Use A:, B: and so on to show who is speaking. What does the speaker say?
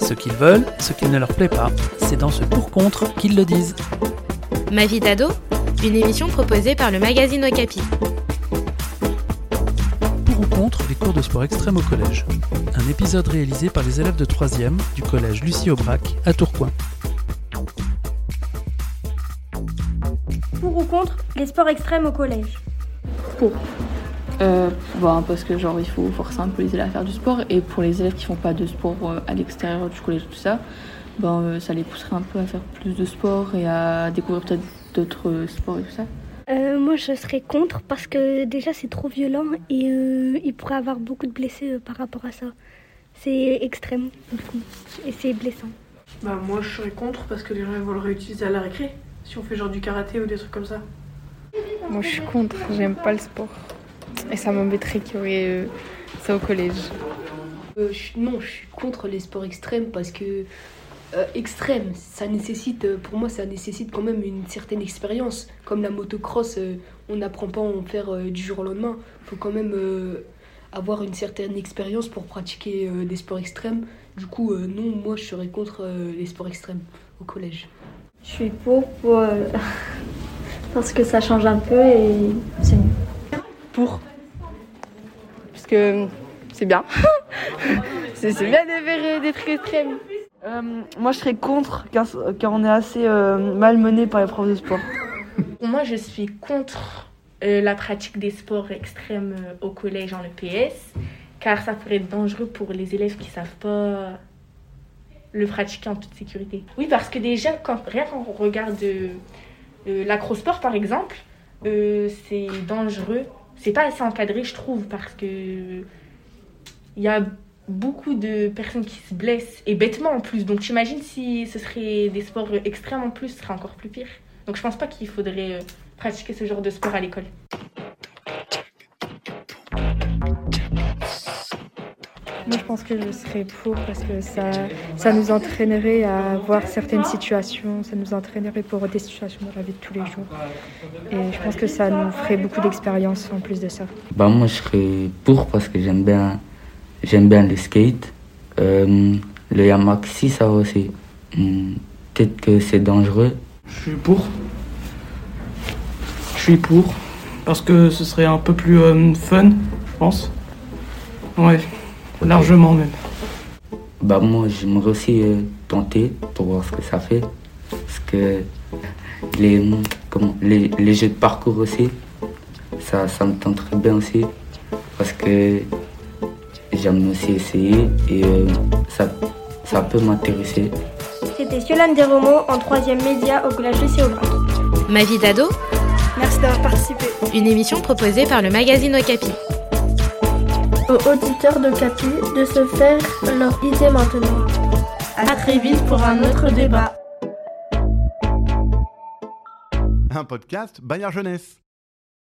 A: Ce qu'ils veulent, ce qui ne leur plaît pas, c'est dans ce pour-contre qu'ils le disent.
B: Ma vie d'ado, une émission proposée par le magazine Okapi.
A: Pour ou contre les cours de sport extrême au collège. Un épisode réalisé par les élèves de 3e du collège Lucie Aubrac à Tourcoing.
C: Pour ou contre les sports extrêmes au collège
D: Euh, bah, parce que genre il faut forcer un peu les élèves à faire du sport et pour les élèves qui font pas de sport euh, à l'extérieur du collège tout ça, ben euh, ça les pousserait un peu à faire plus de sport et à découvrir peut-être d'autres euh, sports et tout ça.
E: Euh, moi, je serais contre parce que déjà, c'est trop violent et euh, il pourrait avoir beaucoup de blessés euh, par rapport à ça. C'est extrême, du coup, et c'est blessant.
F: Bah moi je serais contre parce que les gens ils vont le réutiliser à la récré. Si on fait genre du karaté ou des trucs comme ça.
G: Moi, je suis contre, j'aime pas le sport. Et ça m'embêterait qu'il y aurait euh, ça au collège.
H: Euh, je- non, je suis contre les sports extrêmes parce que euh, extrême, ça nécessite, euh, pour moi, ça nécessite quand même une certaine expérience. Comme la motocross, euh, on n'apprend pas à en faire euh, du jour au lendemain. Il faut quand même euh, avoir une certaine expérience pour pratiquer euh, des sports extrêmes. Du coup, euh, non, moi, je serais contre euh, les sports extrêmes au collège.
I: Je suis pour, pour, euh, parce que ça change un peu et c'est mieux.
J: Pour. Parce que c'est bien. c'est c'est bien de faire euh, des trucs extrêmes. Euh, moi, je serais contre car, on est assez euh, malmené par les profs de sport.
K: Pour moi, je suis contre euh, la pratique des sports extrêmes euh, au collège en EPS, car ça pourrait être dangereux pour les élèves qui savent pas le pratiquer en toute sécurité. Oui, parce que déjà, quand, rien qu'on regarde euh, euh, l'acrosport, par exemple, euh, c'est dangereux. C'est pas assez encadré, je trouve, parce que il y a beaucoup de personnes qui se blessent, et bêtement en plus. Donc, j'imagine si ce serait des sports extrêmes en plus, ce serait encore plus pire. Donc je pense pas qu'il faudrait euh, pratiquer ce genre de sport à l'école.
G: Moi, je pense que je serais pour parce que ça, ça nous entraînerait à voir certaines situations, ça nous entraînerait pour des situations de la vie de tous les jours. Et je pense que ça nous ferait beaucoup d'expérience en plus de ça.
L: Bah moi je serais pour parce que j'aime bien j'aime bien le skate. Euh, le Yamaxi ça aussi. Hum, Peut-être que c'est dangereux.
M: Je suis pour. Je suis pour. Parce que ce serait un peu plus euh, fun, je pense. Ouais, largement même.
L: Bah moi j'aimerais aussi euh, tenter pour voir ce que ça fait. Parce que les hum, comment les, les jeux de parcours aussi, ça, ça me tenterait bien aussi. Parce que j'aime aussi essayer et euh, ça, ça peut m'intéresser.
C: C'était Yolande Desromo en 3ème média au collège Lucie Aubrac.
B: Ma vie d'ado,
N: Merci d'avoir participé.
B: une émission proposée par le magazine Okapi.
O: Aux auditeurs de Capi de se faire leur idée maintenant.
J: À très vite pour un autre débat.
P: Un podcast Bayard Jeunesse.